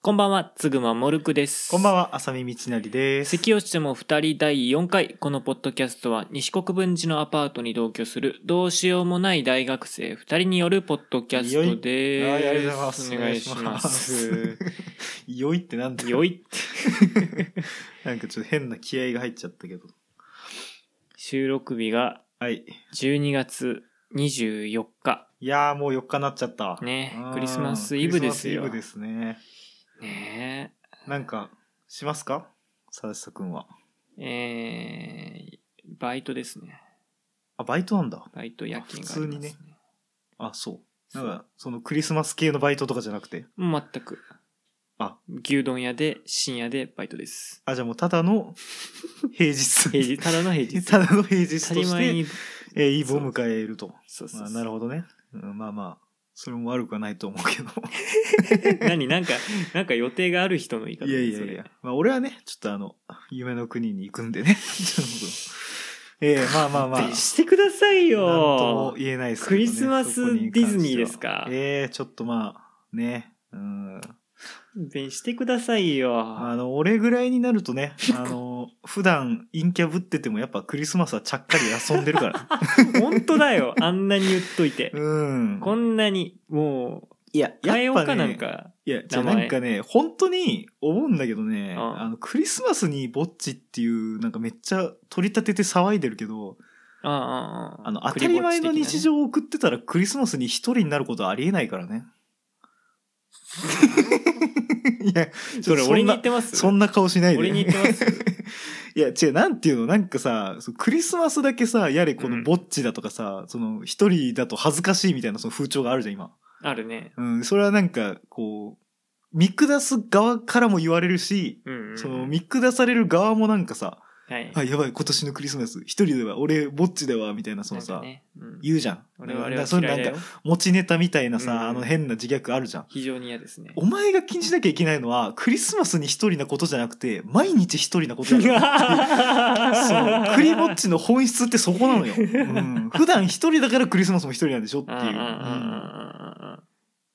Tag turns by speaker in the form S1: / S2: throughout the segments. S1: こんばんは、つぐまもるくです。
S2: こんばん
S1: は。
S2: は、浅見道成です。
S1: 咳をしても二人第4回。このポッドキャストは、西国分寺のアパートに同居する、どうしようもない大学生二人によるポッドキャストで
S2: はいありがとうござい
S1: す。
S2: ます
S1: お願いします。
S2: お願い しよいってなんだ
S1: よい。
S2: なんかちょっと変な気合が入っちゃったけど。
S1: 収録日が
S2: はい。
S1: 12月24日。
S2: いやーもう4日になっちゃった。
S1: ね
S2: うん
S1: クリスマスイブですよ
S2: クリスマスイブですね。
S1: ね
S2: なんか、しますか佐々木くんは。
S1: え。えー、バイトですね。
S2: あ、バイトなんだ。
S1: バイト夜勤があります、ね。
S2: あ普通にねあ、そう。なんか、そのクリスマス系のバイトとかじゃなくて。
S1: 全く。
S2: あ、
S1: 牛丼屋で、深夜でバイトです。
S2: あ、じゃあもうただの平日。
S1: 平日、ただの平日。
S2: ただの平日と
S1: 当たり
S2: し
S1: 前
S2: て、
S1: に。
S2: えーイブを迎えると。
S1: そうそう
S2: ま
S1: そ
S2: あ、
S1: う。
S2: なるほどね。うんまあまあ、それも悪くはないと思うけど。
S1: 何なんか、なんか予定がある人の 言い方
S2: いやいやいや。 まあ俺はね、ちょっとあの、夢の国に行くんでね。 ちょっとええまあまあまあ。
S1: まあ、してください
S2: なんとも
S1: よ
S2: 言えないですけど、ね。
S1: クリスマス
S2: そこ
S1: デ
S2: に関しては
S1: ィズニーですか
S2: ええちょっとまあ、ね。うん。
S1: 弁してくださいよ
S2: あの、俺ぐらいになるとね、あの、普段陰キャぶっててもやっぱクリスマスはちゃっかり遊んでる から。
S1: 本当だよあんなに言っとい て。
S2: うん。
S1: こんなに、も
S2: いや、
S1: う、変えよう
S2: やっ
S1: か
S2: ぱね
S1: なんか。
S2: いや、じゃあ
S1: 名前
S2: なんかね、本当に思うんだけどね、
S1: うん
S2: あの、クリスマスにぼっちっていう、なんかめっちゃ取り立てて騒いでるけど、
S1: ああああ
S2: あの、当たり前の日。常を送ってたらクリスマスに一人になることはありえないから ね。いや、
S1: それ俺に言っ
S2: な、
S1: てます
S2: そんな顔しないで。
S1: 俺に言ってます
S2: いや、違う、なんていうの、なんかさ、そうクリスマスだけさ、やれこ
S1: うん
S2: のぼっちだとかさ、その一人だと恥ずかしいみたいなその風潮があるじゃん、今。
S1: あるね。
S2: うん、それはなんか、こう、見下す側からも言われるし、
S1: うん、うん。
S2: その見下される側もなんかさ、
S1: はい。
S2: あ、やばい、今年のクリスマス、一人では、俺、ぼっちでは、みたいな、その
S1: な
S2: さ
S1: んか、ねうん
S2: 言うじゃん。
S1: 我々は
S2: だからそういうの
S1: 嫌い
S2: な
S1: だよ
S2: んか、持ちネタみたいなさ、
S1: うん
S2: あの変な自虐あるじゃん。
S1: 非常に嫌ですね。
S2: お前が気にしなきゃいけないのは、クリスマスに一人なことじゃなくて、毎日一人なこ とだから。そのクリぼっちの本質ってそこなのよ。うん、普段一人だからクリスマスも一人なんでしょっていう。
S1: うんうんうんうんうん
S2: うん
S1: うん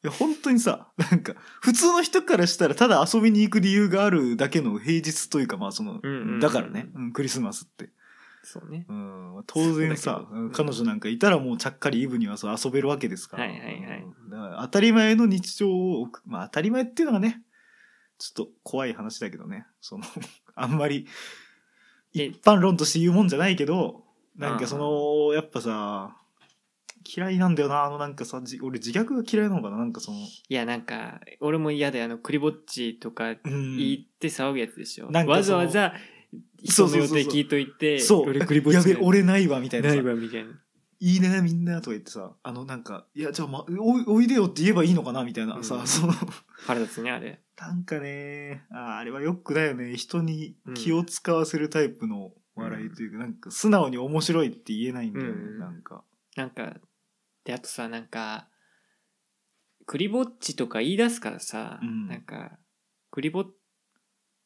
S2: いや本当にさ、なんか、普通の人からしたらただ遊びに行く理由があるだけの平日というか、まあその、
S1: うんうんうん
S2: だからね、うんクリスマスって。
S1: そうね。
S2: うん、当然
S1: そうだ
S2: さ
S1: けどうん、
S2: 彼女なんかいたらもうちゃっかりイブにはそう遊べるわけですから。
S1: はいはいはい
S2: うんだから当たり前の日常を、まあ当たり前っていうのがね、ちょっと怖い話だけどね、その、 あんまり
S1: え
S2: 一般論として言うもんじゃないけど、なん
S1: うん
S2: かその、やっぱさ、嫌いなんだよな、あのなんかさ、じ俺自虐が嫌いなのかな、なんかその、
S1: いや、なんか、俺も嫌で、あの、クリぼっちとか
S2: うん
S1: 言って騒ぐやつでしょ。
S2: なん
S1: わ
S2: か
S1: ざ
S2: その
S1: わざ、人
S2: そう
S1: の
S2: そうそう
S1: 予
S2: そう
S1: 定聞いといて、
S2: そう、
S1: 俺クリぼっち
S2: や
S1: だ
S2: べ
S1: よ。
S2: え、俺ないわ、みたいな
S1: な
S2: さ
S1: い。わ、みたいな。
S2: いいねみんなとか言ってさあのなんか「いやじゃあ、ま、おおいでよ」って言えばいいのかなみたいなさ、
S1: うん
S2: その
S1: 腹立つね、あれ。
S2: なんかねああれはよくだよね人に気を使わせるタイプの笑いというか、なんか素直に面白いって言えないんだよね、
S1: うん
S2: なんか
S1: なんか、で、あとさ、なんか、クリぼっちとか言い出すからさ、
S2: うん
S1: なんか、クリぼっ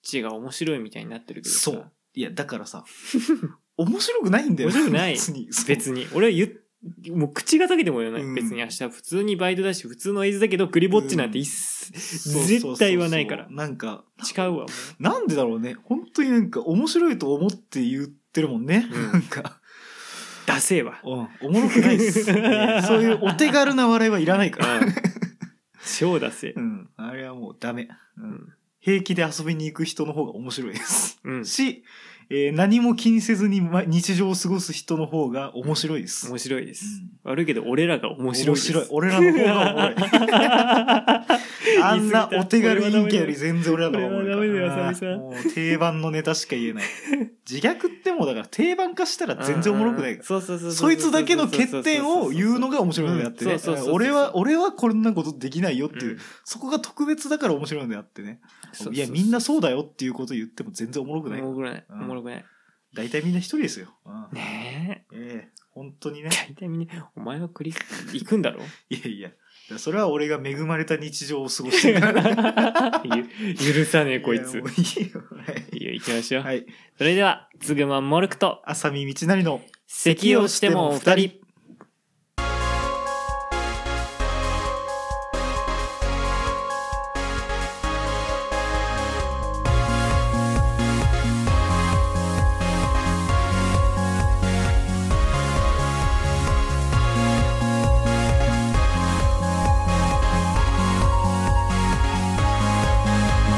S1: ちが面白いみたいになってるけどさ。
S2: そういやだからさ面白くないんだよ
S1: 面白くない
S2: 別にそう
S1: 別に。俺は言っもう口が裂けても言わない。
S2: うん
S1: 別に明日普通にバイトだし、普通のエイズだけど、クリぼっちなんて一切、
S2: そうそうそう
S1: 絶対言わないから
S2: なんか
S1: 誓うわ、もう。
S2: なんでだろうね本当になんか面白いと思って言ってるもんね、
S1: うん
S2: なんか
S1: ダセえわ。
S2: うんおもろ くないっす、ねそういうお手軽な笑いはいらな いから
S1: 超ダセえ
S2: う。ん。あれはもうダメ。うん
S1: ん
S2: 平気で遊びに行く人の方が面白いです。
S1: うん。
S2: し、えー何も気にせずにま日常を過ごす人の方が面白いです。
S1: 面白いです。悪いけど、俺らが面白いです。
S2: 俺らの方がおもろい。 あんなお手軽陰キャより全然俺らの方がおもろいから
S1: これはダメだよ浅見さん
S2: もう定番のネタしか言えない。自虐ってもうだから定番化したら 全然おもろくないから。
S1: そうそうそうう。
S2: そいつだけの欠点を言うのが面白いのであってね
S1: うんそうそうそうそう
S2: 俺は、俺はこんなことできないよっ
S1: う
S2: て
S1: ん、
S2: いう、そこが特別だから面白いのであってね。
S1: そうそうそう
S2: いや、みんなそうだよっていうこと言っても全然おもろ
S1: お
S2: くない。
S1: もろくない。お
S2: うん
S1: もろくない。
S2: 大体みんな一人ですよ。うん
S1: ねえ。
S2: ええ本当にね。
S1: 大体みんな、お前はクリス、行くんだろ
S2: いやいや。だからそれは俺が恵まれた日常を過ごしてるから。
S1: ゆ許 さねえ、こい
S2: や
S1: つ
S2: も。ういいよは
S1: い
S2: い
S1: いよ、行きましょう。
S2: はい。
S1: それでは、つぐまんもるくと、
S2: 浅見道成の。
S1: 咳をしてもお二人。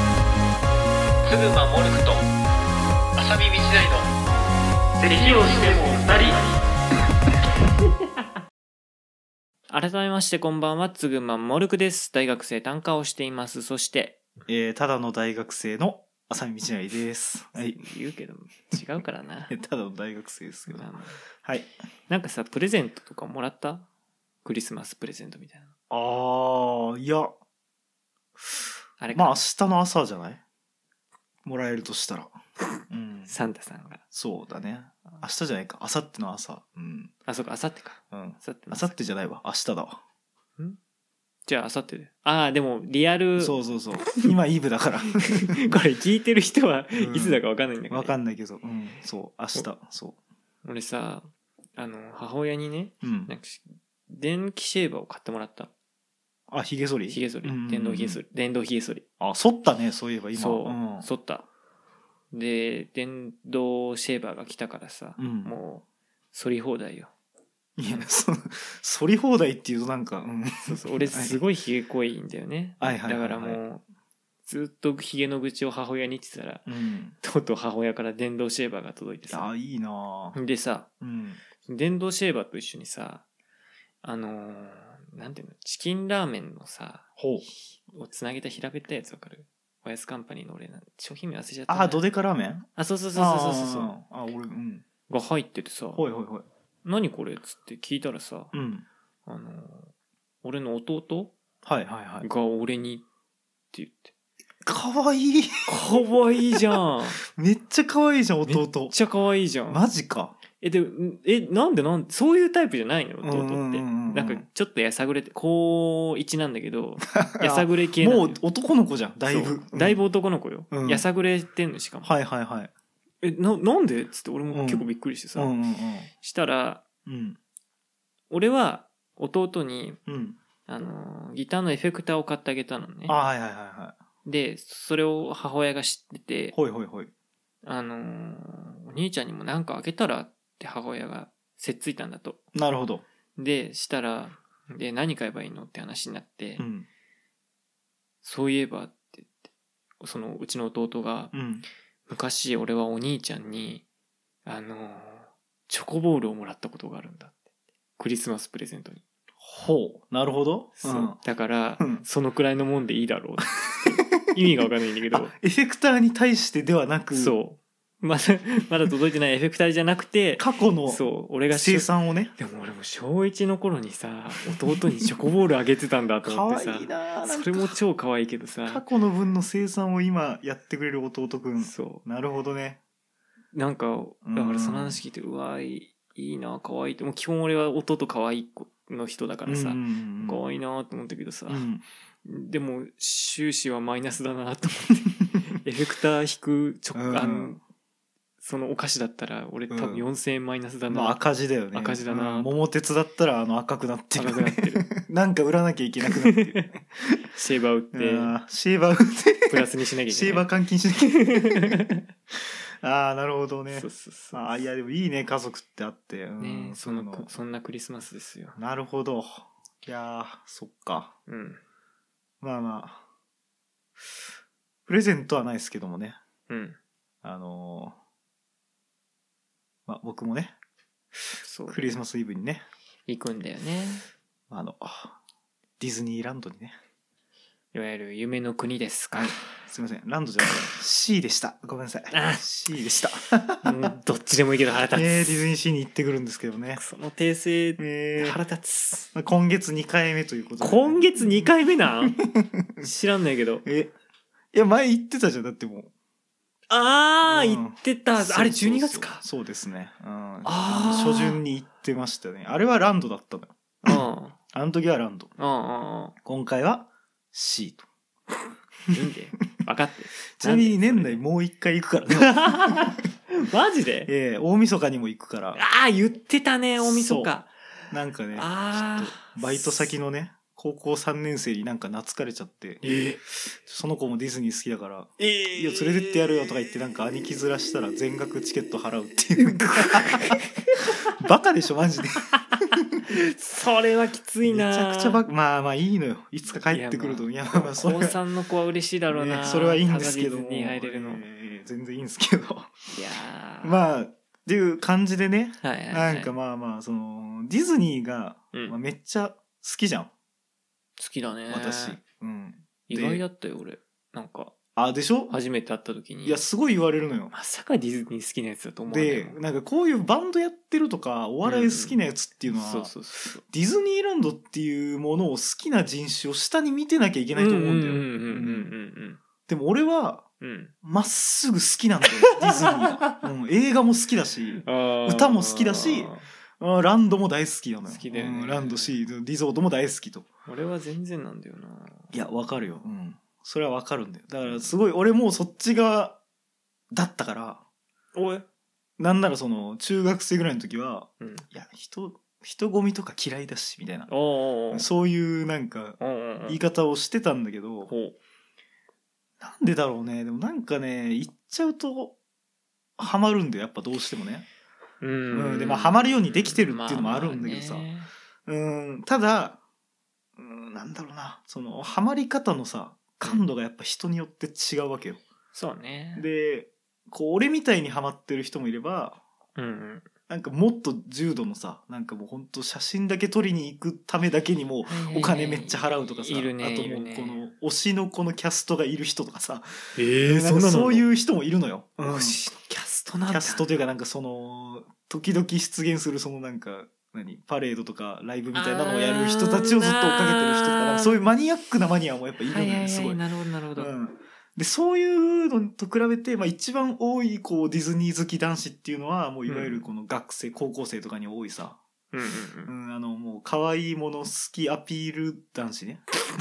S1: グマモルクと浅見道大の咳をしても二人改めましてこんばんはつぐまモルクです大学生短歌をしていますそして
S2: えー、ただの大学生の浅見道成です。はい。
S1: 言うけど違うからな
S2: ただの大学生ですけど
S1: ま。あまあ
S2: はい。
S1: なんかさプレゼントとかもらったクリスマスプレゼントみたいな
S2: あー、いや、
S1: あれか
S2: まあ明日の朝じゃないもらえるとしたら。うん。
S1: サンタさんが
S2: そうだね。明日じゃないか。明後日の朝。うん。
S1: あそうかあさってか
S2: うん。
S1: あさって
S2: 明後日じゃないわ。明日だわ。
S1: じゃああさってでああでもリアル
S2: そうそうそう。今イブだから。
S1: これ聞いてる人は
S2: うん
S1: いつだかわかんないんだけど、
S2: わかんないけど。うん。そう。明日。そ
S1: 俺さあの母親にね
S2: う。うん
S1: なん。かし電気シェーバーを買ってもらった
S2: あ、髭剃り
S1: ひげ剃り
S2: うん
S1: 電動ひげ剃り電動ひげ剃り
S2: あ、剃ったね。そういえば今。
S1: そう、
S2: ん
S1: 剃ったで電動シェーバーが来たからさ、
S2: うん
S1: もう剃り放題よ
S2: いや、そ、反り放題っていうとなんか、うん。
S1: そうそう俺すごいひげ濃いんだよね、
S2: はいはいはいはい
S1: だからもうずっとひげの愚痴を母親に言ってたら
S2: うん。
S1: とうとう母親から電動シェーバーが届いて
S2: いや
S1: さ、
S2: いいなぁ
S1: でさ
S2: うん。
S1: 電動シェーバーと一緒にさあのーなんていうのチキンラーメンのさ
S2: ほう。
S1: をつなげた平べったいやつわかるおやつカンパニーの俺なん商品名忘れちゃったな
S2: あ、ドデカラーメン
S1: あそうそうそうそうそうそう
S2: あー、あ俺、うん。
S1: が入っててさ
S2: ほいほいほい。
S1: 「何これ?」っつって聞いたらさ、
S2: うん。
S1: あのー俺の弟
S2: はいはいはい。
S1: が俺にって言って
S2: かわいい。
S1: 「かわいいじゃん
S2: めっちゃかわいいじゃん、
S1: め
S2: 弟
S1: っ。ちゃかわいいじゃ ん
S2: マジか。
S1: えでえなんでなんでそういうタイプじゃないの弟って、
S2: うんうんうんうん
S1: なんかちょっとやさぐれて高1なんだけ どやさぐれ系な
S2: も
S1: の
S2: う男の子じゃん、だいぶ。
S1: だいぶ
S2: うん。
S1: 男の子よ、
S2: うん
S1: やさぐれてんのしかも、
S2: はいはいはい。
S1: えななんでっつって俺も結構びっくりしてさ、
S2: うんうん
S1: したら
S2: うん。うん。
S1: 俺は弟に、
S2: うん。
S1: あのーギターのエフェクターを買ってあげたのね
S2: あ、はいはいはいは
S1: でそれを母親が知って
S2: い。
S1: て、
S2: ほいほいほい。
S1: あのーお兄ちゃんにもなんかあげたらって母親がせっついたんだと
S2: なるほど。
S1: でしたらで何買えばいいのって話になって、
S2: うん。
S1: そういえばって言ってそのうちの弟が
S2: うん。
S1: 昔俺はお兄ちゃんにあのーチョコボールをもらったことがあるんだってクリスマスプレゼントに、
S2: ほう。なるほど。。
S1: そうんだから、
S2: うん
S1: そのくらいのもんでいいだろうって意味がわかんないんだけど
S2: あ、エフェクターに対してではなく、
S1: そうまだまだ届いてないエフェクターじゃなくて
S2: 過去の
S1: そう俺が
S2: 生産をね。
S1: でも俺も小一の頃にさ弟にチョコボールあげてたんだと
S2: か
S1: 思っ
S2: わ
S1: てさ
S2: いいなぁなん
S1: そ
S2: か
S1: れも超可愛いけど
S2: 過
S1: さ
S2: 去の分の生産を今やってくれる弟くん。
S1: そう
S2: なるほどね。
S1: なんか
S2: ん
S1: だからその話聞いてうわいいいな可愛いってもう基本俺は弟可愛い子の人だからさ、
S2: うんうんうん
S1: 可愛いなと思ったけどさ、
S2: うん
S1: でも終始はマイナスだなと思 ってエフェクター引くチョコ、
S2: うん
S1: あのそのお菓子だったら俺多
S2: う
S1: 分
S2: ん
S1: 4,000円マイナスだ
S2: まあ
S1: な、
S2: 赤字だよね。
S1: 赤字だな
S2: うん桃鉄だったらあの赤くなって
S1: 高
S2: る。
S1: くなってる
S2: なんか売らなきゃいけなくな ってる。
S1: シェーバー売っ
S2: あーシェーバー売って、
S1: てプラスにしなきゃいけない
S2: シェーバー換金しなきゃい けない。ああ、なるほどね
S1: そ。うそうそう
S2: ああ、いやでもいいね、家族ってあって。うん
S1: ねえそ
S2: そういう
S1: の
S2: の。
S1: そんなクリスマスですよ
S2: なるほど。いやー、そっか。
S1: うん
S2: まあまあ。プレゼントはないですけどもね。
S1: うん
S2: あのーまあ僕もね、
S1: そう
S2: クリスマスイブにね、
S1: 行くんだよね
S2: あの、ディズニーランドにね、
S1: いわゆる夢の国ですか
S2: すいません、ランドじゃなくて C でした。ごめんなさい
S1: あ。
S2: C でした。
S1: うんどっちでもいいけど腹立つ、
S2: えー、ディズニーシーに行ってくるんですけどね。
S1: その訂正
S2: えー
S1: 腹立つ、
S2: まあ今月2回目ということで、
S1: 今月2回目なん 知らんないけど
S2: え、いや、前言ってたじゃん、だってもう。
S1: ああ、
S2: うん
S1: 言ってた。あれ12月か。
S2: そうそうそうですね。うん。
S1: あー
S2: 初旬に行ってましたね。あれはランドだったのよ。
S1: うん。うん
S2: あの時はランド。
S1: うんうん。
S2: 今回は C と。
S1: いいんだよ。分 かってる。
S2: ちなみに年
S1: な
S2: 内
S1: んで
S2: もう一回行くから ね。
S1: マジで
S2: ええ大晦日にも行くから。
S1: ああ、言ってたね、大晦日。
S2: なんかね、
S1: ああ。
S2: バイト先のね、高校3年生になんか懐かれちゃって、
S1: え
S2: その子もディズニー好きだから、
S1: え
S2: いいよ連れ てってやるよとか言ってなんか兄貴ずらしたら全額チケット払うっていうバカでしょマジで
S1: それはきつい
S2: めち
S1: な
S2: ゃくちゃバカまあまあいいのよいつか帰ってくるとい
S1: いや
S2: や
S1: まあ
S2: まあまあそれ
S1: 高
S2: は
S1: 三の子は嬉しいだろうな、
S2: ねそれはいいんですけど
S1: た
S2: も
S1: だディズニー入れるの、
S2: えー全然いいんですけど
S1: い やー
S2: まあっていう感じでね
S1: はいはいは
S2: ないんかまあまあそのディズニーが、
S1: うん
S2: まあ、めっちゃ好きじゃん
S1: 好きだね
S2: 私、うん、
S1: 意外だったよ俺なんか
S2: あでしょ
S1: 初めて会った時に
S2: いやすごい言われるのよ
S1: まさかディズニー好きなやつだと思わない
S2: で
S1: もん
S2: なんかこういうバンドやってるとかお笑い好きなやつっていうのは、
S1: そうそうそう
S2: ディズニーランドっていうものを好きな人種を下に見てなきゃいけないと思うんだよ、
S1: うんうんうん
S2: でも俺は
S1: うんうんうんうん
S2: まっすぐ好きなんだよディズニーが、 うん、映画も好きだし
S1: あー
S2: 歌も好きだしうんランドも大好きなのよ
S1: 好きだよね
S2: うんランドしリゾートも大好きと
S1: 俺は全然なんだよない
S2: やわかるよ、うん、それはわかるんだよだからすごい俺もうそっち側だったから
S1: おい、
S2: なんならその中学生ぐらいの時は
S1: うん、
S2: いや人人混みとか嫌いだしみたいな
S1: おーおーおー
S2: そういうなんか
S1: うんうんうん
S2: 言い方をしてたんだけど
S1: ほう
S2: なんでだろうねでもなんかね言っちゃうとハマるんだよやっぱどうしてもね
S1: う
S2: うんんでまあハマるようにできてるっていうのもあるんだけどさ
S1: まあまあね
S2: うんただうんなんだろうなそのハマり方のさ感度がやっぱ人によって違うわけよ
S1: そうね
S2: でこう俺みたいにハマってる人もいれば
S1: うんうん
S2: なんかもっと重度のさなんかもうほんと写真だけ撮りに行くためだけにもうお金めっちゃ払うとかさ、
S1: いるね
S2: あと
S1: いる
S2: もう
S1: ね
S2: この推しのこのキャストがいる人とかさ、
S1: え
S2: なんかそういうう人もいるのよ、うん
S1: 推
S2: キ
S1: しのキャストなんだ
S2: ャストというかなんかその時々出現するそのなんか何パレードとかライブみたいなのをやる人たちをずっと追っかけてる人とか
S1: あー
S2: なんかそういうマニアックなマニアもやっぱいるの
S1: は
S2: よ
S1: いはい
S2: ねす
S1: は
S2: ごい。
S1: いなるほどなるほど、
S2: うんでそういうのと比べて、まあ、一番多いこうディズニー好き男子っていうのはもういわゆるこの学生、高校生とかに多いさ、
S1: うんうん
S2: う
S1: うん
S2: ん、あのもう可愛いもの好きアピール男子ね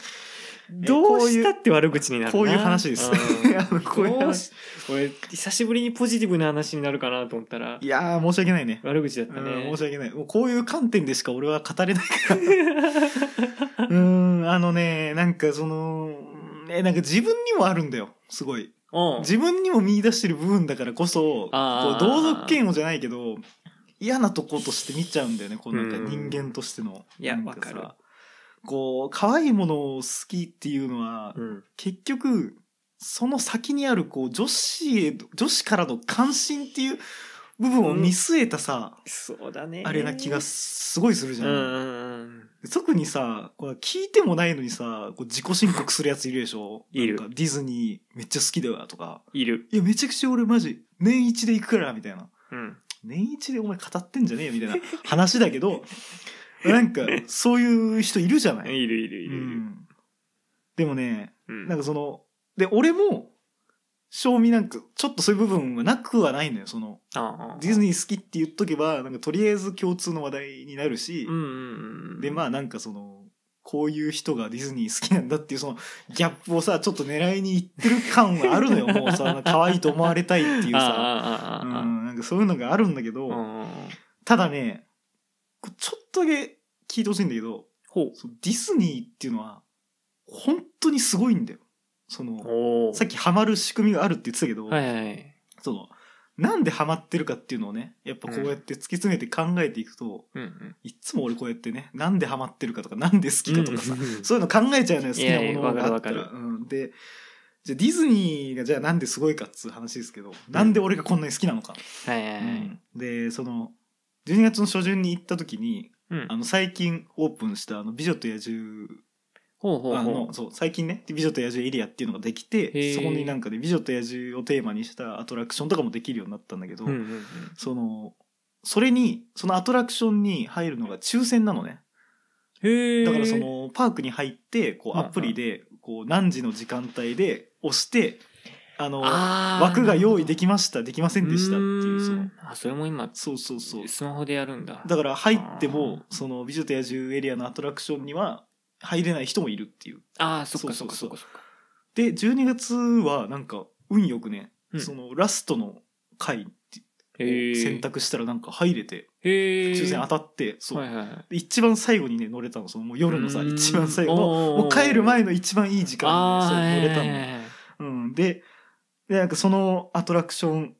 S1: どうした
S2: っ
S1: って悪口になるな
S2: こういう話です
S1: うん
S2: あのこういう
S1: どう
S2: 話
S1: し俺久しぶりにポジティブな話になるかなと思ったら
S2: いやー申し訳ないね、
S1: 悪口だった
S2: うん、
S1: ね
S2: 申し訳ないもうこういう観点でしか俺は語れないから うんあのねなんかそのえなんか自分にもあるんだよすごい
S1: うん
S2: 自分にも見出してる部分だからこそこ
S1: あー
S2: う同族嫌悪じゃないけど嫌なとことして見ちゃうんだよねこうなんか人間としての
S1: うんいや
S2: なんさ
S1: わかる
S2: こう可愛いものを好きっていうのは、
S1: うん
S2: 結局その先にあるこう女子へ女子からの関心っていう部分を見据えたさ、
S1: そうだね
S2: あれな気がすごいするじ
S1: う
S2: ゃ
S1: ん
S2: ん、
S1: うんうん
S2: 特にさこう聞いてもないのにさこう自己申告するやついるでしょ
S1: いる
S2: なんかディズニーめっちゃ好きだよとか
S1: いる
S2: いや、めちゃくちゃ俺マジ、年一で行くから、みたいな。
S1: うん
S2: 年一でお前語ってんじゃねえよ、みたいな話だけど、なんか、そういう人いるじゃない。
S1: いるいるいるいうる
S2: ん、でもね、
S1: うん
S2: なんかその、で、俺も、正味なんか、ちょっとそういう部分はなくはないのよ、その、
S1: ああ
S2: ディズニー好きって言っとけば、なんかとりあえず共通の話題になるし、
S1: うんうんうん
S2: で、まあなんかその、こういう人がディズニー好きなんだっていうそのギャップをさ、ちょっと狙いに行ってる感はあるの よ、もうさ、可愛いと思われたいっていう
S1: ああ
S2: さ。
S1: ああああ
S2: うん
S1: ああ
S2: なんかそういうのがあるんだけど、
S1: うんうんうん
S2: ただね、こちょっとだけ聞いてほしいんだけど、
S1: ほう
S2: そのディズニーっていうのは、本当にすごいんだよ。その、
S1: おー
S2: さっきハマる仕組みがあるって言ってたけど、
S1: はいはい
S2: その、なんでハマってるかっていうのをね、やっぱこうやって突き詰めて考えていくと、
S1: うんうん
S2: いっつも俺こうやってね、なんでハマってるかとか、なんで好きかとかさ、
S1: うんうんうん
S2: そういうの考えちゃうのよ、好きなものがあっ
S1: いやいや
S2: たら。
S1: わかるわか
S2: うん、で、じゃあディズニーがじゃあなんですごいかっつう話ですけど、なんで俺がこんなに好きなのか。
S1: はいはいはい
S2: でその12月の初旬に行った時に
S1: うん
S2: あの最近オープンしたあの「美女と野獣」
S1: ほうほう
S2: あ
S1: ほ
S2: のそう最近ね「美女と野獣エリア」っていうのができ
S1: へ
S2: て
S1: ー
S2: そこになんかね「美女と野獣」をテーマにしたアトラクションとかもできるようになったんだけど、
S1: ううんうんうん
S2: そのそれにそのアトラクションに入るのが抽選なのね
S1: へえ
S2: だからそのパークに入ってこう
S1: うんう
S2: ア
S1: ん
S2: プリでこう何時の時間帯で押してあの
S1: 枠
S2: 枠が用意できましたできませんでしたっていうその
S1: あそれも今
S2: そうそうそう
S1: スマホでやるんだ
S2: だから入って
S1: あー
S2: も、その、美女と野獣エリアのアトラクションには入れない人もいるっていう。
S1: ああそっかそ
S2: そ
S1: っ
S2: う
S1: か
S2: そ
S1: そっ
S2: う
S1: か
S2: そう
S1: そっか
S2: で、12月はなんか、運よくね、
S1: うん
S2: その、ラストの回を
S1: へえ
S2: 選択したらなんか入れて、
S1: へえ
S2: 抽選当たって、そう。
S1: はいはいはい
S2: で一番最後にね、乗れたの、その、もう夜の
S1: う
S2: さ、
S1: ーん
S2: 一番最後
S1: おー
S2: の、もう帰る前の一番いい時
S1: ああ
S2: 間にね、そう、乗れた
S1: はいはい
S2: の。
S1: はい
S2: うん。で、でなんかそのアトラクション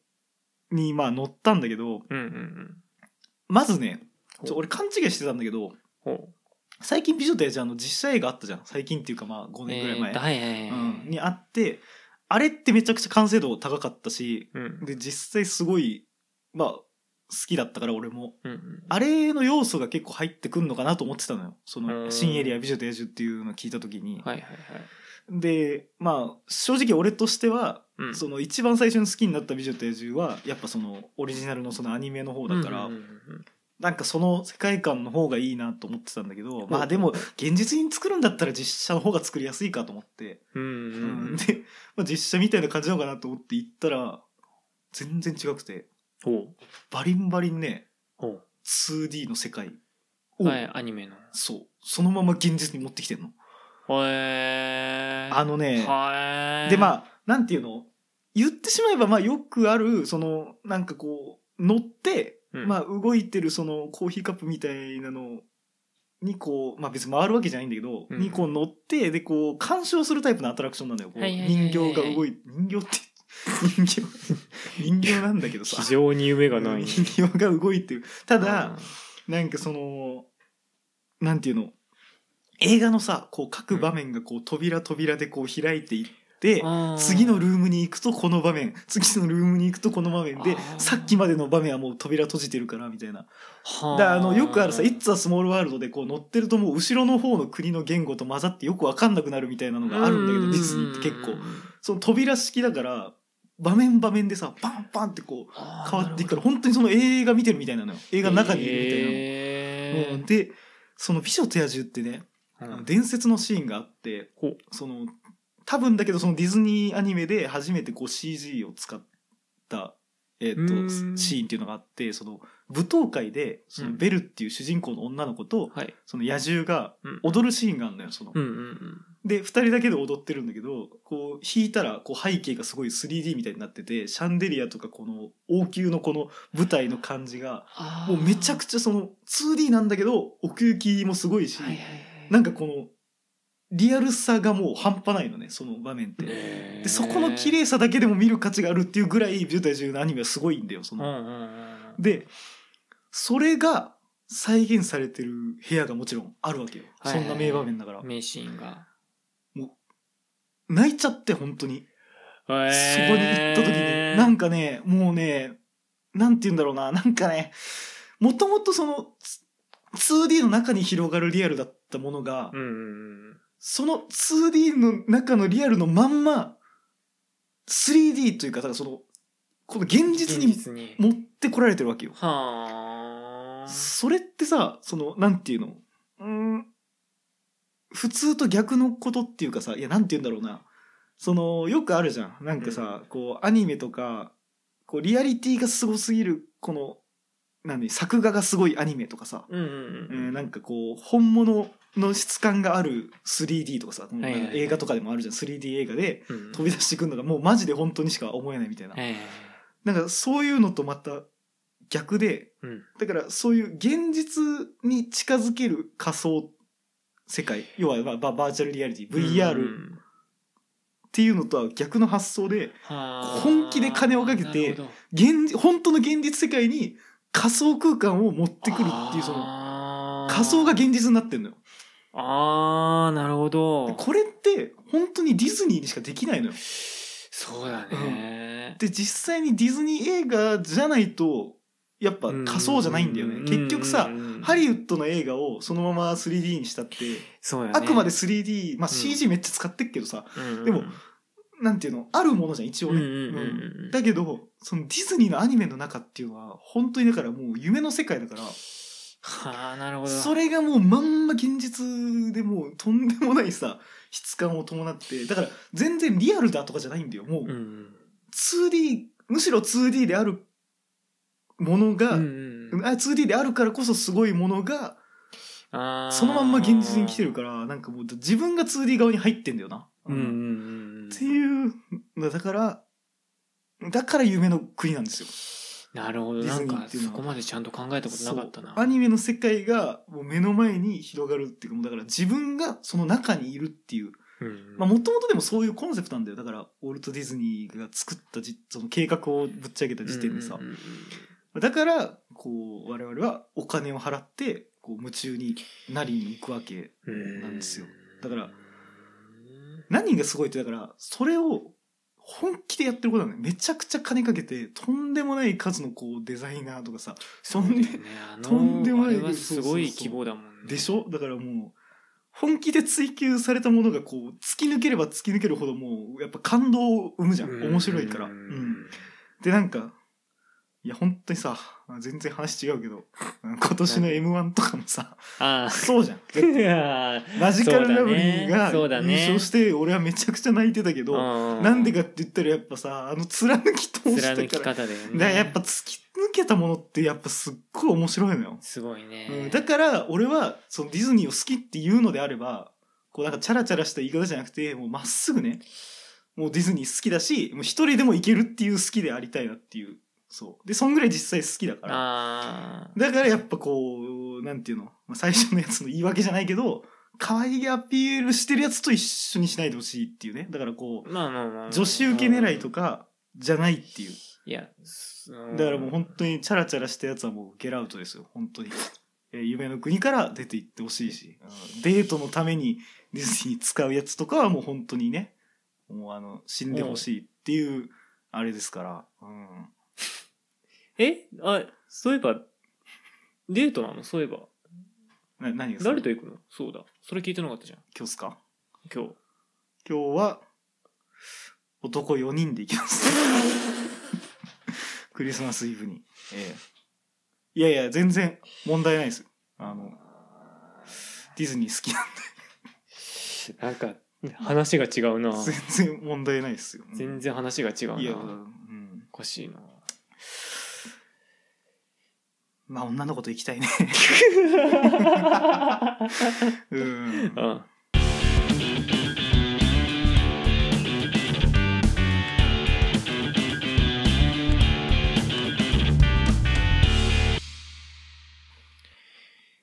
S2: にまあ乗ったんだけど、
S1: うんうんうん。
S2: まずね、ち
S1: ほ
S2: ょ
S1: う
S2: 俺勘違いしてたんだけど、
S1: ほう。
S2: 最近美女と野獣あの実写映画あったじゃん最近っていうかまあ5年ぐらい前、
S1: えーはいはいはい。
S2: うん、にあってあれってめちゃくちゃ完成度高かったし
S1: うん。うん
S2: で実際すごいまあ好きだったから俺も
S1: うん。
S2: あれの要素が結構入ってくんのかなと思ってたのよそ
S1: うん
S2: の「新エリア美女と野獣」っていうのを聞いた時に、
S1: はいはいはい。
S2: でまあ正直俺としては、
S1: うん
S2: その一番最初に好きになった「美女と野獣」はやっぱそのオリジナルのそのアニメの方だから、
S1: うんうんうん
S2: なんかその世界観の方がいいなと思ってたんだけど、
S1: う
S2: まあ
S1: ん
S2: でも現実に作るんだったら実写の方が作りやすいかと思って、
S1: うん。うんうんうん。
S2: で、まあ、実写みたいな感じなのかなと思って行ったら全然違くて
S1: ほう。
S2: バリンバリンね
S1: ほ
S2: 2D の世界
S1: う。
S2: を、
S1: はい、アニメの。
S2: そうそのまま現実に持ってきてんの。
S1: へー。
S2: あのね
S1: はー
S2: でまあなんていうの言ってしまえばまあよくあるそのなんかこう乗って
S1: うん
S2: まあ、動いてるそのコーヒーカップみたいなのにこう、まあ、別に回るわけじゃないんだけど、
S1: うん
S2: にこう乗ってでこう鑑賞するタイプのアトラクションなのよこう
S1: はいはいはいは
S2: 人
S1: い
S2: 形が動い人形って人 形人形なんだけどさ
S1: 非常に夢がない。
S2: 人形が動いてるた
S1: た
S2: だ、なんかそのなんていうの映画のさこう各場面がこう扉扉でこう開いていって、次のルームに行くとこの場面次のルームに行くとこの場面で
S1: あー
S2: さっきまでの場面はもう扉閉じてるからみたいな
S1: はー
S2: だからあのよくあるさ「イッツ・ア・スモール・ワールド」でこう乗ってるともう後ろの方の国の言語と混ざってよく分かんなくなるみたいなのがあるんだけ
S1: う
S2: ど
S1: う
S2: ディズニーって結
S1: う
S2: 構
S1: ん
S2: その扉式だから場面場面でさパンパンってこう
S1: あー
S2: 変わっていくから本当にその映画見てるみたいなのよ映画の中にいるみたいなの。
S1: へ
S2: うんでその「美女と野獣」ってね、
S1: ーうん
S2: 伝説のシーンがあって
S1: ほう
S2: その多分だけどそのディズニーアニメで初めてこう CG を使った、えー、
S1: う
S2: と
S1: ーん
S2: シーンっていうのがあってその舞踏会でそのベルっていう主人公の女の子と、
S1: はい。
S2: その野獣が
S1: うん
S2: 踊るシーンがあるのよその、
S1: うんうんうん。
S2: で2人だけで踊ってるんだけどこう弾いたらこう背景がすごい 3D みたいになっててシャンデリアとかこの王宮のこの舞台の感じがもうめちゃく
S1: ち
S2: ちゃその 2D なんだけど奥行きもすごいし、
S1: はいはいはい、
S2: なんかこのリアルさがもう半端ないのねその場面って。
S1: で
S2: でそこの綺麗さだけでも見る価値があるっていうぐらい「美女と野獣」のアニメはすごいんだよそ
S1: うんう
S2: の。
S1: んうんうん、
S2: でそれが再現されてる部屋がもちろんあるわけよ、
S1: はいはいはい
S2: そんな名場面だから
S1: 名シーンが。
S2: 泣いちゃって本当に、
S1: そこに
S2: そこに行った時になんかねもうねなんて言うんだろうななんかねもともとそのつ 2D の中に広がるリアルだったものが、
S1: うんうんうん、
S2: その 2D の中のリアルのまんま 3D というかだからそのこの現実に
S1: 現実に
S2: 持ってこられてるわけよ。
S1: はあ。
S2: それってさそのなんていうのうん普通と逆のことっていうかさいやなんて言うんだろうなそのよくあるじゃんなんかさ、こうアニメとかこうリアリティがすごすぎるこの何作画がすごいアニメとかさ、
S1: うんうん
S2: う
S1: うん
S2: ん、なんかこう本物の質感がある 3D とかさ、
S1: いはいはい
S2: 映画とかでもあるじゃん 3D 映画で
S1: うん
S2: 飛び出してくるのがもうマジで本当にしか思えないみたいな、
S1: え
S2: なんかそういうのとまた逆で
S1: えうん
S2: だからそういう現実に近づける仮想世界要はまあババーチャルリアリティ
S1: うんう
S2: VR っ
S1: ん
S2: ていうのとは逆の発想で
S1: はあ
S2: 本気で金をかけて
S1: なるほど
S2: 現実本当の現実世界に仮想空間を持ってくるっていうその
S1: あー
S2: 仮想が現実になってんのよ。
S1: あーなるほど
S2: これって本当にディズニーにしかできないのよ。
S1: そうだね、
S2: で実際にディズニー映画じゃないとやっぱ仮想じゃないんだよね。結局さハリウッドの映画をそのまま 3D にしたって
S1: そうやね
S2: あくまで 3D、まあ、
S1: うん
S2: CG めっちゃ使ってっけどさ、
S1: で
S2: でもなんていうのあるものじゃん一応ね、
S1: うんうんうんうん
S2: うんだけどそのディズニーのアニメの中っていうのは本当にだからもう夢の世界だから
S1: はあなるほど
S2: それがもうまんま現実でもうとんでもないさ質感を伴ってだから全然リアルだとかじゃないんだよも
S1: うんう
S2: うん 2D むしろ 2D であるものが、
S1: うんうん
S2: あ 2D であるからこそすごいものが
S1: あー
S2: そのまんま現実に来てるからなんかもう自分が 2D 側に入ってんだよな。
S1: うんうんうんうん
S2: っていうだからだから夢の国なんですよ
S1: なるほど
S2: ディ
S1: な
S2: ズ
S1: ん
S2: ニー
S1: か
S2: っていうの
S1: そ
S2: は
S1: こまでちゃんと考えたことなかったな
S2: そうアニメの世界がもう目の前に広がるっていうかもうだから自分がその中にいるっていう
S1: うん
S2: まあ、もともとでもそういうコンセプトなんだよ。だから、ウォルト・ディズニーが作ったじ、その計画をぶっちゃけた時点でさ
S1: うん。うんうん
S2: だから、こう、我々はお金を払って、こう、夢中になりに行くわけ。
S1: うん
S2: なんですよだから
S1: うん
S2: 何がすごいって、だから、それを本気でやってることなのよ。めちゃくちゃ金かけて、とんでもない数のこう、デザイナーとかさ、そんで、
S1: そうだよねあの
S2: とんでもない
S1: あれはすごい規模だもんね
S2: でしょだからもう、本気で追求されたものがこう、突き抜ければ突き抜けるほどもう、やっぱ感動を生むじゃん。面白いから。
S1: う
S2: うん
S1: ん
S2: で、なんか、いや、本当にさ、全然話違うけど、今年の M1 とかもさ、
S1: ああ
S2: そうじゃん。
S1: いやー
S2: ラジカルラブリーが
S1: そうだねそうだ
S2: 優
S1: ね
S2: 勝して、俺はめちゃくちゃ泣いてたけど、
S1: う
S2: なんでかって言ったらやっぱさ、あの貫き通してから、
S1: 貫き方だよ
S2: だ
S1: ね
S2: からやっぱ突き抜けたものってやっぱすっごい面白いのよ。
S1: すごいね、
S2: うん、だから俺はそのディズニーを好きっていうのであればこうなんかチャラチャラした言い方じゃなくてもうまっすぐねもうディズニー好きだしもう一人でも行けるっていう好きでありたいなっていうそうでそんぐらい実際好きだから
S1: あ
S2: だからやっぱこうなんていうの、まあ、最初のやつの言い訳じゃないけど可愛げアピールしてるやつと一緒にしないでほしいっていうねだからこ
S1: ーまあまあまあまあ
S2: う女子受け狙いとかじゃないっていう
S1: いやそ
S2: だからもう本当にチャラチャラしたやつはもうゲラウトですよ本当に、えー夢の国から出て行ってほしいし、うんデートのためにディズニー使うやつとかはもう本当にねもうあの死んでほしいっていうあれですから、うん、
S1: えあそういえばデートなのそういえば
S2: な何ですか
S1: 誰と行くのそうだそれ聞いてなかったじゃん
S2: 今日ですか
S1: 今日
S2: 今日は男4人で行きます クリスマスイブに、ええいやいや全然問題ないですあのディズニー好きなんで
S1: なんか話が違うな
S2: 全然問題ないですようん
S1: 全然話が違う
S2: いや、
S1: な
S2: う。
S1: んおかしい な
S2: まあ、女の子と行き たいね。うん。
S1: うん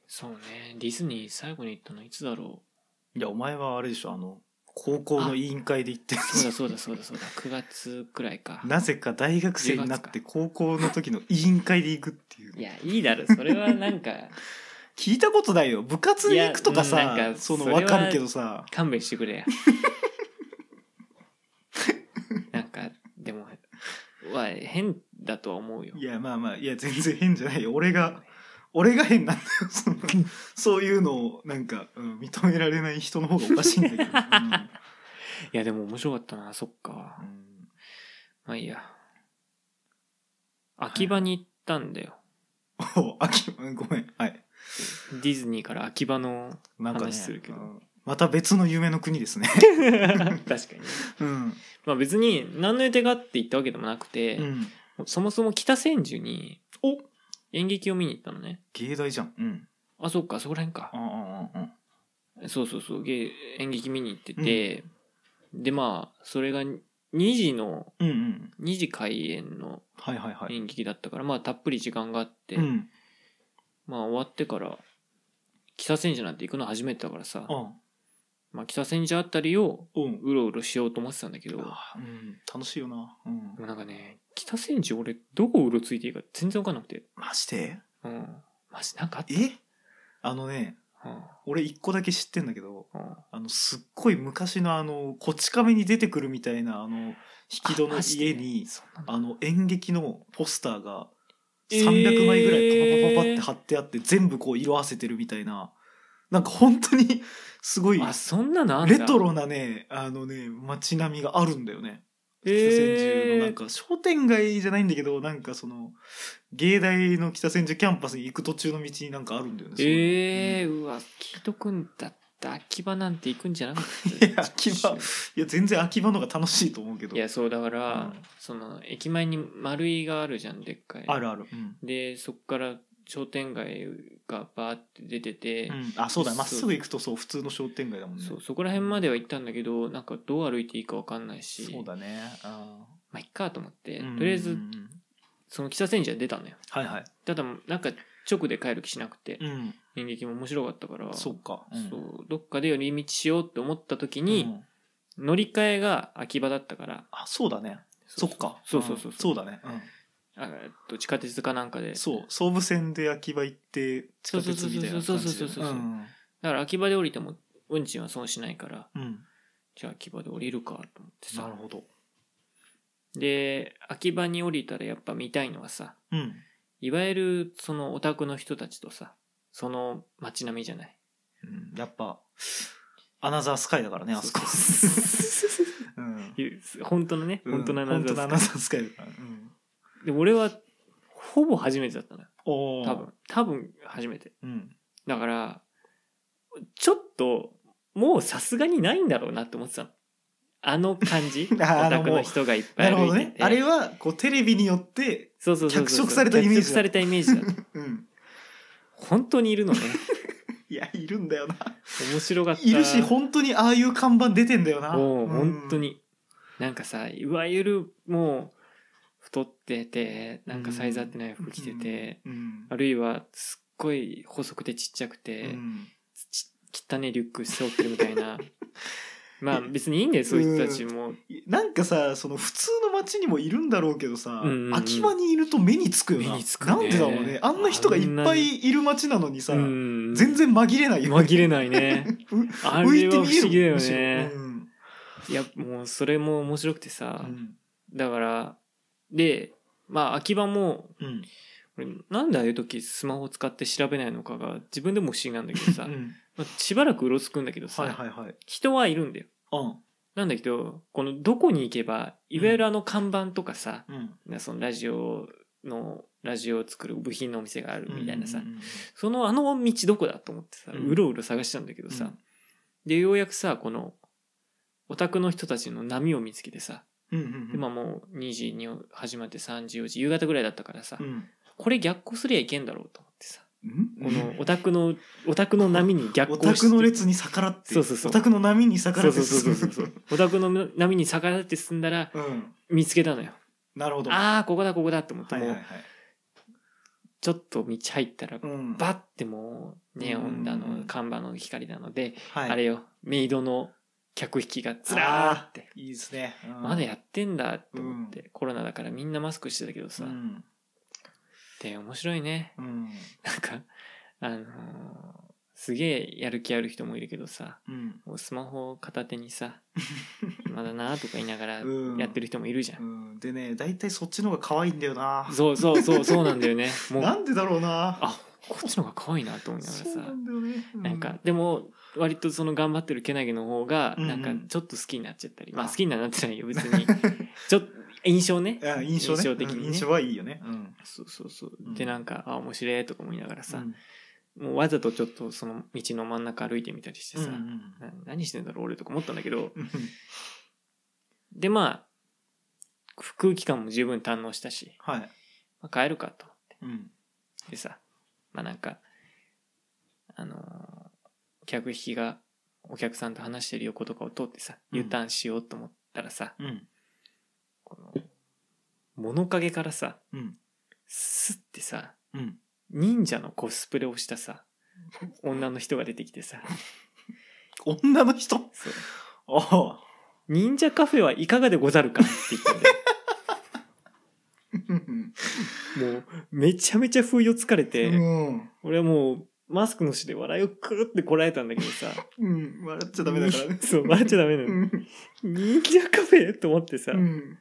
S1: そうねディズニー最後に行ったのいつだろ
S2: いや、お前はあれでしょ、あの、高校の委員会で行ってる
S1: うそうだそうだそうだそうだ9月くらいか
S2: なぜか大学生になって高校の時の委員会で行くっていう。
S1: いやいいだろそれはなんか
S2: 聞いたことないよ。部活に行くとか
S1: いや
S2: さ、
S1: うんなんか
S2: その、
S1: それは
S2: わかるけどさ。
S1: 勘弁してくれやなんかでもは変だとは思うよ
S2: いや、まあまあ、いや、全然変じゃないよ。俺が、俺が変なんだよ。そのそういうのを、なんか、うん認められない人の方がおかしいんだけど。
S1: いやでも面白かったなそっか
S2: うんうん
S1: まあいいや秋葉に行ったんだよ、
S2: おあきごめん。はい。
S1: ディズニーから秋葉の
S2: なんかね、
S1: 話するけど
S2: うんまた別の夢の国ですね。
S1: 確かにね
S2: うん。
S1: まあ別に何の予定があって行ったわけでもなくて、
S2: うん。
S1: そもそも北千住に
S2: お
S1: 演劇を見に行ったのね
S2: 芸大じゃん。うん。
S1: あそっかそこら辺か
S2: ああ、ああ、
S1: そうそうそう芸演劇見に行ってて、でまあそれが2時の
S2: うんうん。
S1: 2時開演の
S2: はいはいはい。
S1: 演劇だったから、まあたっぷり時間があって、
S2: うん。
S1: まあ終わってから北千住なんて行くの初めてだからさ、
S2: あ
S1: まあ、北千住あたりを
S2: うん。
S1: うろうろしようと思ってたんだけど、で
S2: ああうん。楽しいよな。うん。
S1: もなんかね、北千住俺どこうろついていいか全然わかんなくて。
S2: マジで
S1: うん。マジなんかあっ
S2: えあのね、
S1: た。うん
S2: 俺一個だけ知ってんだけど、
S1: うん
S2: あの、すっごい昔のあの、こち亀に出てくるみたいな、あの、引き戸
S1: あ
S2: の
S1: マジで
S2: 家に、
S1: そんなの
S2: あの、演劇のポスターが、
S1: えー
S2: 300枚ぐらいパパパパって貼ってあって、全部こう色あせてるみたいな、なんか本当に、すごい、
S1: あ、そんなのあんだ
S2: レトロなね、あのね、街並みがあるんだよね。
S1: え
S2: 北
S1: ー
S2: 千住のなんか、商店街じゃないんだけど、なんかその、芸大の北千住キャンパスに行く途中の道になんかあるんだよね。
S1: ええ
S2: ー、
S1: うわ、聞いとくんだった。秋葉なんて行くんじゃなかっ
S2: い
S1: た。
S2: や秋葉。いや、全然秋葉のが楽しいと思うけど。
S1: いや、そうだから、
S2: うん
S1: その、駅前に丸いがあるじゃん、でっかい。
S2: あるある。うん。
S1: で、そこから商店街がバーって出てて、
S2: うんあ、そうだ、まっすぐ行くとそう、普通の商店街だもんね。
S1: そうそこら辺までは行ったんだけどなんかどう歩いていいか分かんないし
S2: そうだね。あ
S1: まあいっかと思って、
S2: ー
S1: とりあえ
S2: うん
S1: ず
S2: うんうん
S1: その北千住は出たのよ
S2: はいはい。
S1: ただなんか直で帰る気しなくて、
S2: うん。
S1: 演劇も面白かったから
S2: そうか。
S1: そうどっかで寄り道しようって思った時に、
S2: うん
S1: 乗り換えが秋葉だったから
S2: あそうだねそっか
S1: そうそうそう
S2: そうだね、うん
S1: あえっと地下鉄かなんかで
S2: そう総武線で秋葉行って地下鉄みたいな感じで
S1: そうそうそうそうそうそうだから秋葉で降りても運賃は損しないから
S2: うんうん
S1: じゃあ秋葉で降りるかと思って
S2: なる
S1: さ
S2: ほど
S1: で秋葉に降りたらやっぱ見たいのはさ
S2: うん
S1: いわゆるそのオタクの人たちとさその街並みじゃない
S2: うんやっぱアナザースカイだからねあそこ
S1: そう
S2: うん
S1: いう本当のね本当の
S2: うん
S1: 謎
S2: 本当
S1: だ
S2: の
S1: っ
S2: ア
S1: た
S2: ナザースカイだから、うん、
S1: で俺はほぼ初めてだったのよ
S2: おお
S1: 多分多分初めて
S2: うん
S1: だからちょっともうさすがにないんだろうなって思ってたのあの感じオ
S2: ああの
S1: タクの人がいっぱ
S2: ないるほど
S1: 歩いて
S2: ね
S1: て
S2: あれはこうテレビによって
S1: そうそうそうそう
S2: 脚色されたイメージだ
S1: 脚色されたイメージだった
S2: うん
S1: 本当にいるのね
S2: いやいるんだよな
S1: 面白かった
S2: いるし本当にああいう看板出てんだよな
S1: もう
S2: うん
S1: 本当になんかさいわゆるもう太っててなんかサイズ合ってない服着てて、
S2: うん
S1: あるいはすっごい細くてちっちゃくて、
S2: うん
S1: ち汚ねリュック背負ってるみたい なまあ別にいいんだよそういう人たちも
S2: なんかさその普通の街にもいるんだろうけどさ、
S1: うんうんうん
S2: 秋葉にいると目につくよな
S1: 目につくね
S2: なんでだろうねあんな人がいっぱいいる街なのにさ、
S1: うん
S2: 全然紛れないよ、
S1: 紛れない ね
S2: う
S1: あれは不思議だよ
S2: むしろ
S1: ね
S2: うん
S1: いやもうそれも面白くてさ、
S2: うん
S1: だからでまあ秋葉も
S2: うん
S1: 俺なんでああいう時スマホ使って調べないのかが自分でも不思議なんだけどさ、
S2: うん
S1: まあしばらくうろつくんだけどさ、
S2: はいはいはい
S1: 人はいるんだよ
S2: うん
S1: なんだけどこのどこに行けばいわゆるあの看板とかさ、
S2: うん
S1: なそのラジオのラジオを作る部品のお店があるみたいなさ、
S2: うんうんうん
S1: そのあの道どこだと思ってさ、
S2: う
S1: うんろうろ探したんだけどさ、
S2: うん
S1: でようやくさこのオタクの人たちの波を見つけてさ、
S2: うんうんうん
S1: 今もう2時に始まって3時4時夕方ぐらいだったからさ、
S2: うん
S1: これ逆行すりゃいけんだろうと思ってさこ
S2: うん
S1: のオタク のオタクの波に逆
S2: オ
S1: 行
S2: タ
S1: し
S2: ク
S1: て
S2: の列に逆らって
S1: そうそうそう
S2: オタクの波に逆
S1: そ
S2: ら
S1: う
S2: って
S1: そうそうそうそう
S2: 進む
S1: オタクの波に逆らって進んだら
S2: うん
S1: 見つけたのよ
S2: なるほど
S1: ああここだここだと思って
S2: はい
S1: も
S2: はいうはい
S1: ちょっと道入ったら
S2: うん
S1: バッてもうネオンだ
S2: うん
S1: の看板の光なので
S2: はい
S1: あれよメイドの客引きがずらーって
S2: いいですねうん
S1: まだやってんだと思ってコロナだからみんなマスクしてたけど
S2: う
S1: さ
S2: ん
S1: で面白いね
S2: うん
S1: なんかあのーすげえやる気ある人もいるけどさ
S2: うん
S1: もうスマホ片手に さまだなーとか言いながら
S2: うん
S1: やってる人もいるじゃん
S2: うんでね大体そっちの方が可愛いんだよな
S1: そうそうそうそうなんだよねもう
S2: なんでだろうな
S1: あこっちの方が可愛いなと思いながら
S2: そう
S1: さ
S2: なんだよねう
S1: なんかでも割とその頑張ってるけなげの方が
S2: うんう
S1: なんんかちょっと好きになっちゃったり、まあ
S2: あ
S1: 好きにはなってないよ別 にちょっと印象ね
S2: あ印象ね
S1: 印象的にね
S2: うん印象はいいよねうん
S1: そうそうそう
S2: うん
S1: でなんかあ面白いとか思いながらさ
S2: う、ん
S1: もうわざとちょっとその道の真ん中歩いてみたりして
S2: うんう
S1: さ、
S2: ん
S1: な何してんだろう俺とか思ったんだけど
S2: うん
S1: でまあ空気感も十分堪能したし、
S2: はい
S1: まあ、帰るかと
S2: うん
S1: でさまあなんかあのー客引きがお客さんと話してる横とかを通ってさ
S2: うん
S1: U ターンしようと思ったらさ、
S2: うん
S1: この物陰からさ
S2: うん
S1: スッてさ
S2: うん
S1: 忍者のコスプレをしたさ女の人が出てきてさ
S2: 女の人
S1: そう
S2: ああ
S1: 「忍者カフェはいかがでござるか?」って言ったんだよ
S2: うん
S1: もうめちゃめちゃ不意をつかれて、
S2: うん
S1: 俺はもうマスクのしで笑いをくーってこらえたんだけどさ
S2: うん笑っちゃダメだからね
S1: そう笑っちゃダメなの、
S2: うん
S1: 忍者カフェと思ってさ、
S2: うん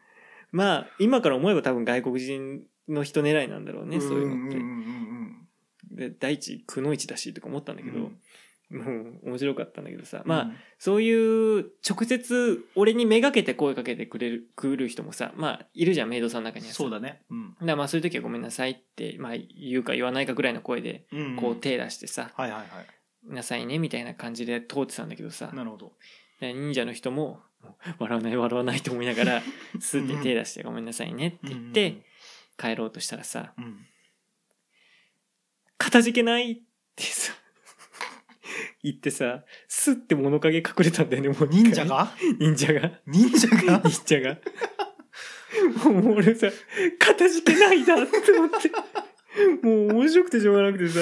S1: まあ今から思えば多分外国人の人狙いなんだろうね、そういうのって
S2: んんうん
S1: で第一くのいちだしとか思ったんだけど、
S2: うん
S1: もう面白かったんだけどさ、
S2: うん
S1: まあそういう直接俺にめがけて声かけてくれるくる人もさまあいるじゃんメイドさんの中にはさ
S2: そうだねうん
S1: だからまあそういう時はごめんなさいって、まあ、言うか言わないかぐらいの声で
S2: うん
S1: こう手出してさ、
S2: はいはいはい
S1: なさいねみたいな感じで通ってたんだけどさ
S2: なるほど
S1: で忍者の人も笑わない笑わないと思いながらすって手出してごめんなさいねって言って、帰ろうとしたらさ
S2: うんうん
S1: 「かたじけない!」ってさ 言ってさすって物陰隠れたんだよねもう
S2: 忍者
S1: が
S2: が
S1: 忍者が
S2: 忍者が
S1: 忍者がもう俺さ「かたじけないだ!」って思ってもう面白くてしょうがなくてさ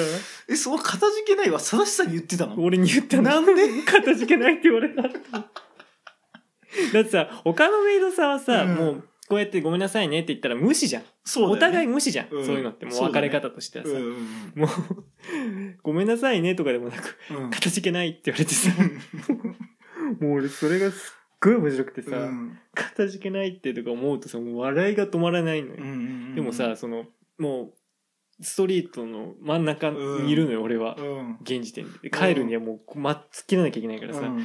S2: えそのかたじけないは正しさに言ってたの
S1: 俺に言ったなんで「かたじけない」って言われたってだってさ、他のメイドさんはさ、
S2: うん
S1: もう、こうやってごめんなさいねって言ったら無視じゃん。
S2: そう
S1: お
S2: だよね
S1: 互い無視じゃん。
S2: うん
S1: そういうのって、もう
S2: そうだ
S1: 別
S2: ね
S1: れ方としてはさ。
S2: うんうん
S1: もう、ごめんなさいねとかでもなく、
S2: うん
S1: 片付けないって言われてさ、もう俺それがすっごい面白くてさ、
S2: うん
S1: 片付けないってとか思うとさ、もう笑いが止まらないのよ。
S2: うんうん
S1: でもさ、その、もう、ストリートの真ん中にいるのよ、俺は
S2: う。ん
S1: 現時点で。帰るにはもう、こうまっつきなきゃいけないからさ、もう、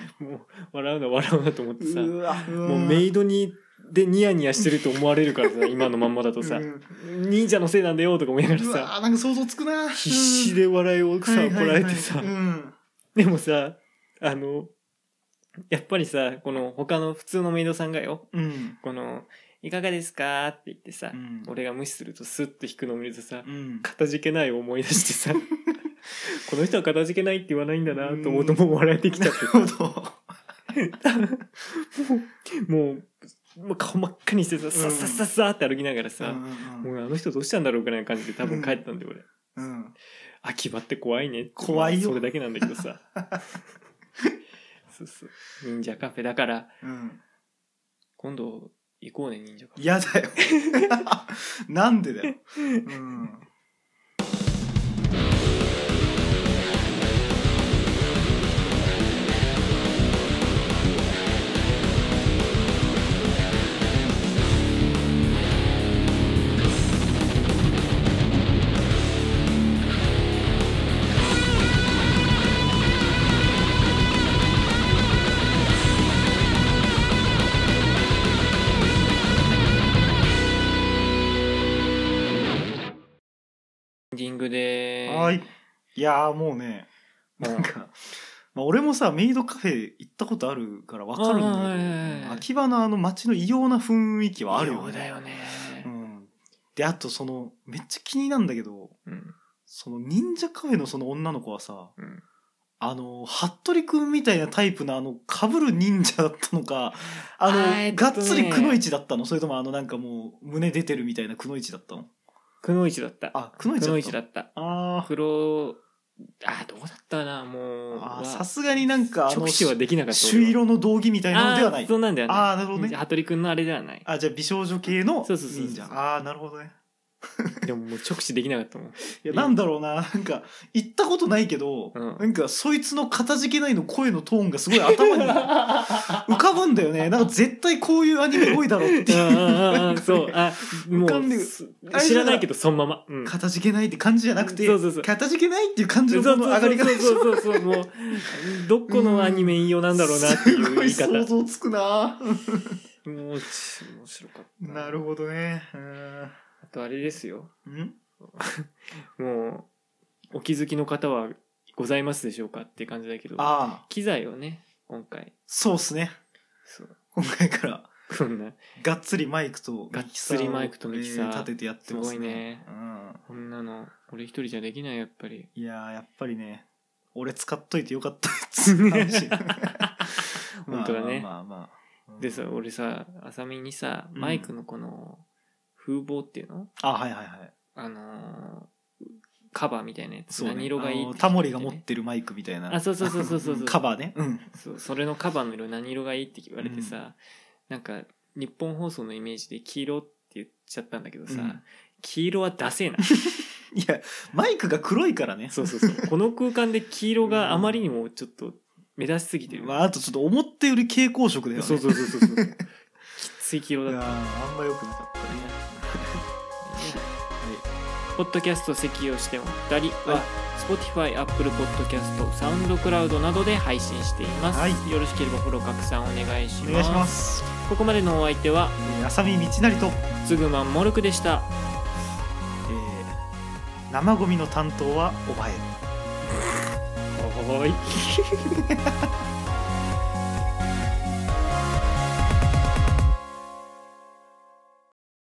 S1: 笑うな、笑うなと思ってさ、
S2: うわ
S1: もうメイドに、でニヤニヤしてると思われる からさ、今のまんまだとさ
S2: う、ん
S1: 忍者のせいなんだよとか思いながら
S2: う
S1: さ、
S2: わなんか想像つくな
S1: 必死で笑いを
S2: うん
S1: さ、こらえてさ
S2: はい、はいはいうん
S1: でもさ、あの、やっぱりさ、この他の普通のメイドさんがよ、
S2: うん
S1: この、いかがですかって言ってさ、
S2: うん
S1: 俺が無視するとスッと引くのを見るとさ、
S2: うん
S1: 片付けないを思い出して さ、この人は片付けないって言わないんだなと思うともう笑えてきちゃって
S2: なるほど
S1: もう、もう顔真っ赤にしてさ、さっさっさっさって歩きながら
S2: う
S1: さ、
S2: んう
S1: も
S2: ん
S1: うあの人どうしたんだろうぐらいの感じで多分帰ったんで俺。
S2: うんうん
S1: 秋葉って怖いねって
S2: 怖いよ
S1: それだけなんだけどさ そうそう忍者カフェだから
S2: うん
S1: 今度行こうね忍者カフェ
S2: 嫌だよ なんでだよ、うん、
S1: エンディングで
S2: は
S1: ー
S2: いいやーもうね
S1: もう
S2: なんか、まあ、俺もさメイドカフェ行ったことあるからわかるんだけど、
S1: あーはいはいはい
S2: 秋葉のあの街の異様な雰囲気はあるよ
S1: そう
S2: ね
S1: だよね
S2: うん、であとそのめっちゃ気になるんだけど
S1: うん
S2: その忍者カフェのその女の子はさ
S1: うん
S2: あの服部君みたいなタイプのあのかぶる忍者だったのかあの
S1: あーえっと
S2: が
S1: ね
S2: っつりくのいちだったのそれともあのなんかもう胸出てるみたいなくのいちだったの
S1: くのいちだった
S2: あくのい
S1: く
S2: ちだ
S1: の
S2: っ
S1: い
S2: た
S1: ちだった
S2: あー
S1: 黒あどうだったかなもう
S2: あ
S1: は
S2: ーさすがになんかあの
S1: 直視はできなかった
S2: 朱色の道着みたいなのではな
S1: あ
S2: い
S1: ーそうなんだよね
S2: ああなるほど
S1: 忍
S2: ね
S1: 者服部君のあれではない
S2: あじゃあ美少女系の
S1: そうそうそうそう
S2: 忍者ああなるほどね
S1: でももう直視できなかったもん
S2: いやなんだろうななんか行ったことないけど、
S1: うん
S2: なんかそいつの片付けないの声のトーンがすごい頭 に浮かぶんだよねなんか絶対こういうアニメ多いだろうって
S1: う
S2: い
S1: んう
S2: う
S1: んうんうん そうあも
S2: 浮かんで
S1: う
S2: る
S1: す知らないけどそのまま、うん、
S2: 片付けないって感じじゃなくて
S1: そうそうそう
S2: 片付けないっていう感じのこの上がり方
S1: そう
S2: でしょ
S1: そうそうそうそうもうどこのアニメ引用なんだろうなっていう言い
S2: す
S1: 方
S2: ご
S1: も
S2: い想像つく
S1: う
S2: な
S1: ち面白かった
S2: なるほどね
S1: あとあれですよ
S2: うん
S1: もうお気づきの方はございますでしょうかっていう感じだけど
S2: ああ
S1: 機材をね今回
S2: そうっすね
S1: そう
S2: 今回から
S1: こんな
S2: がっつりマイクと
S1: がっつりマイクとミキサー
S2: え立ててやってますね
S1: すごいね
S2: うん
S1: こんなの俺一人じゃできないやっぱり
S2: いやーやっぱりね俺使っといてよかったっつ う話
S1: 本当だね
S2: まあまあまあ、まあ
S1: でさ俺さあさみにさ
S2: うん
S1: マイクのこの風貌っていうの、
S2: あはいはいはい
S1: あのーカバーみたいなやつ、
S2: そうね
S1: 何色がいい
S2: あ
S1: って聞いて
S2: の
S1: ね
S2: タモリが持ってるマイクみたいな
S1: あそうそうそうそうそうそう
S2: カバーねうん
S1: そうそれのカバーの色何色がいいって言われてさ、なんか日本放送のイメージで黄色って言っちゃったんだけどさ、
S2: うん
S1: 黄色はダセ えな
S2: いやマイクが黒いからね
S1: そうそうそうこの空間で黄色があまりにもちょっと目立ちすぎてる、
S2: まあ、あとちょっと思ったより蛍光色だよね
S1: そうそうそうそうそうきつい黄色
S2: い
S1: だ
S2: や
S1: っ
S2: ーあんま良くなかったね
S1: たねねポッドキャスト席をしても2人は
S2: は
S1: Spotify、Apple Podcast、SoundCloud などで配信しています、
S2: はい
S1: よろしければフォロー拡散お願いし
S2: お
S1: ま
S2: 願い
S1: す
S2: します
S1: ここまでのお相手は
S2: えー浅見道成と、
S1: つぐまんモルクでした
S2: えー生ゴミの担当はお前
S1: はい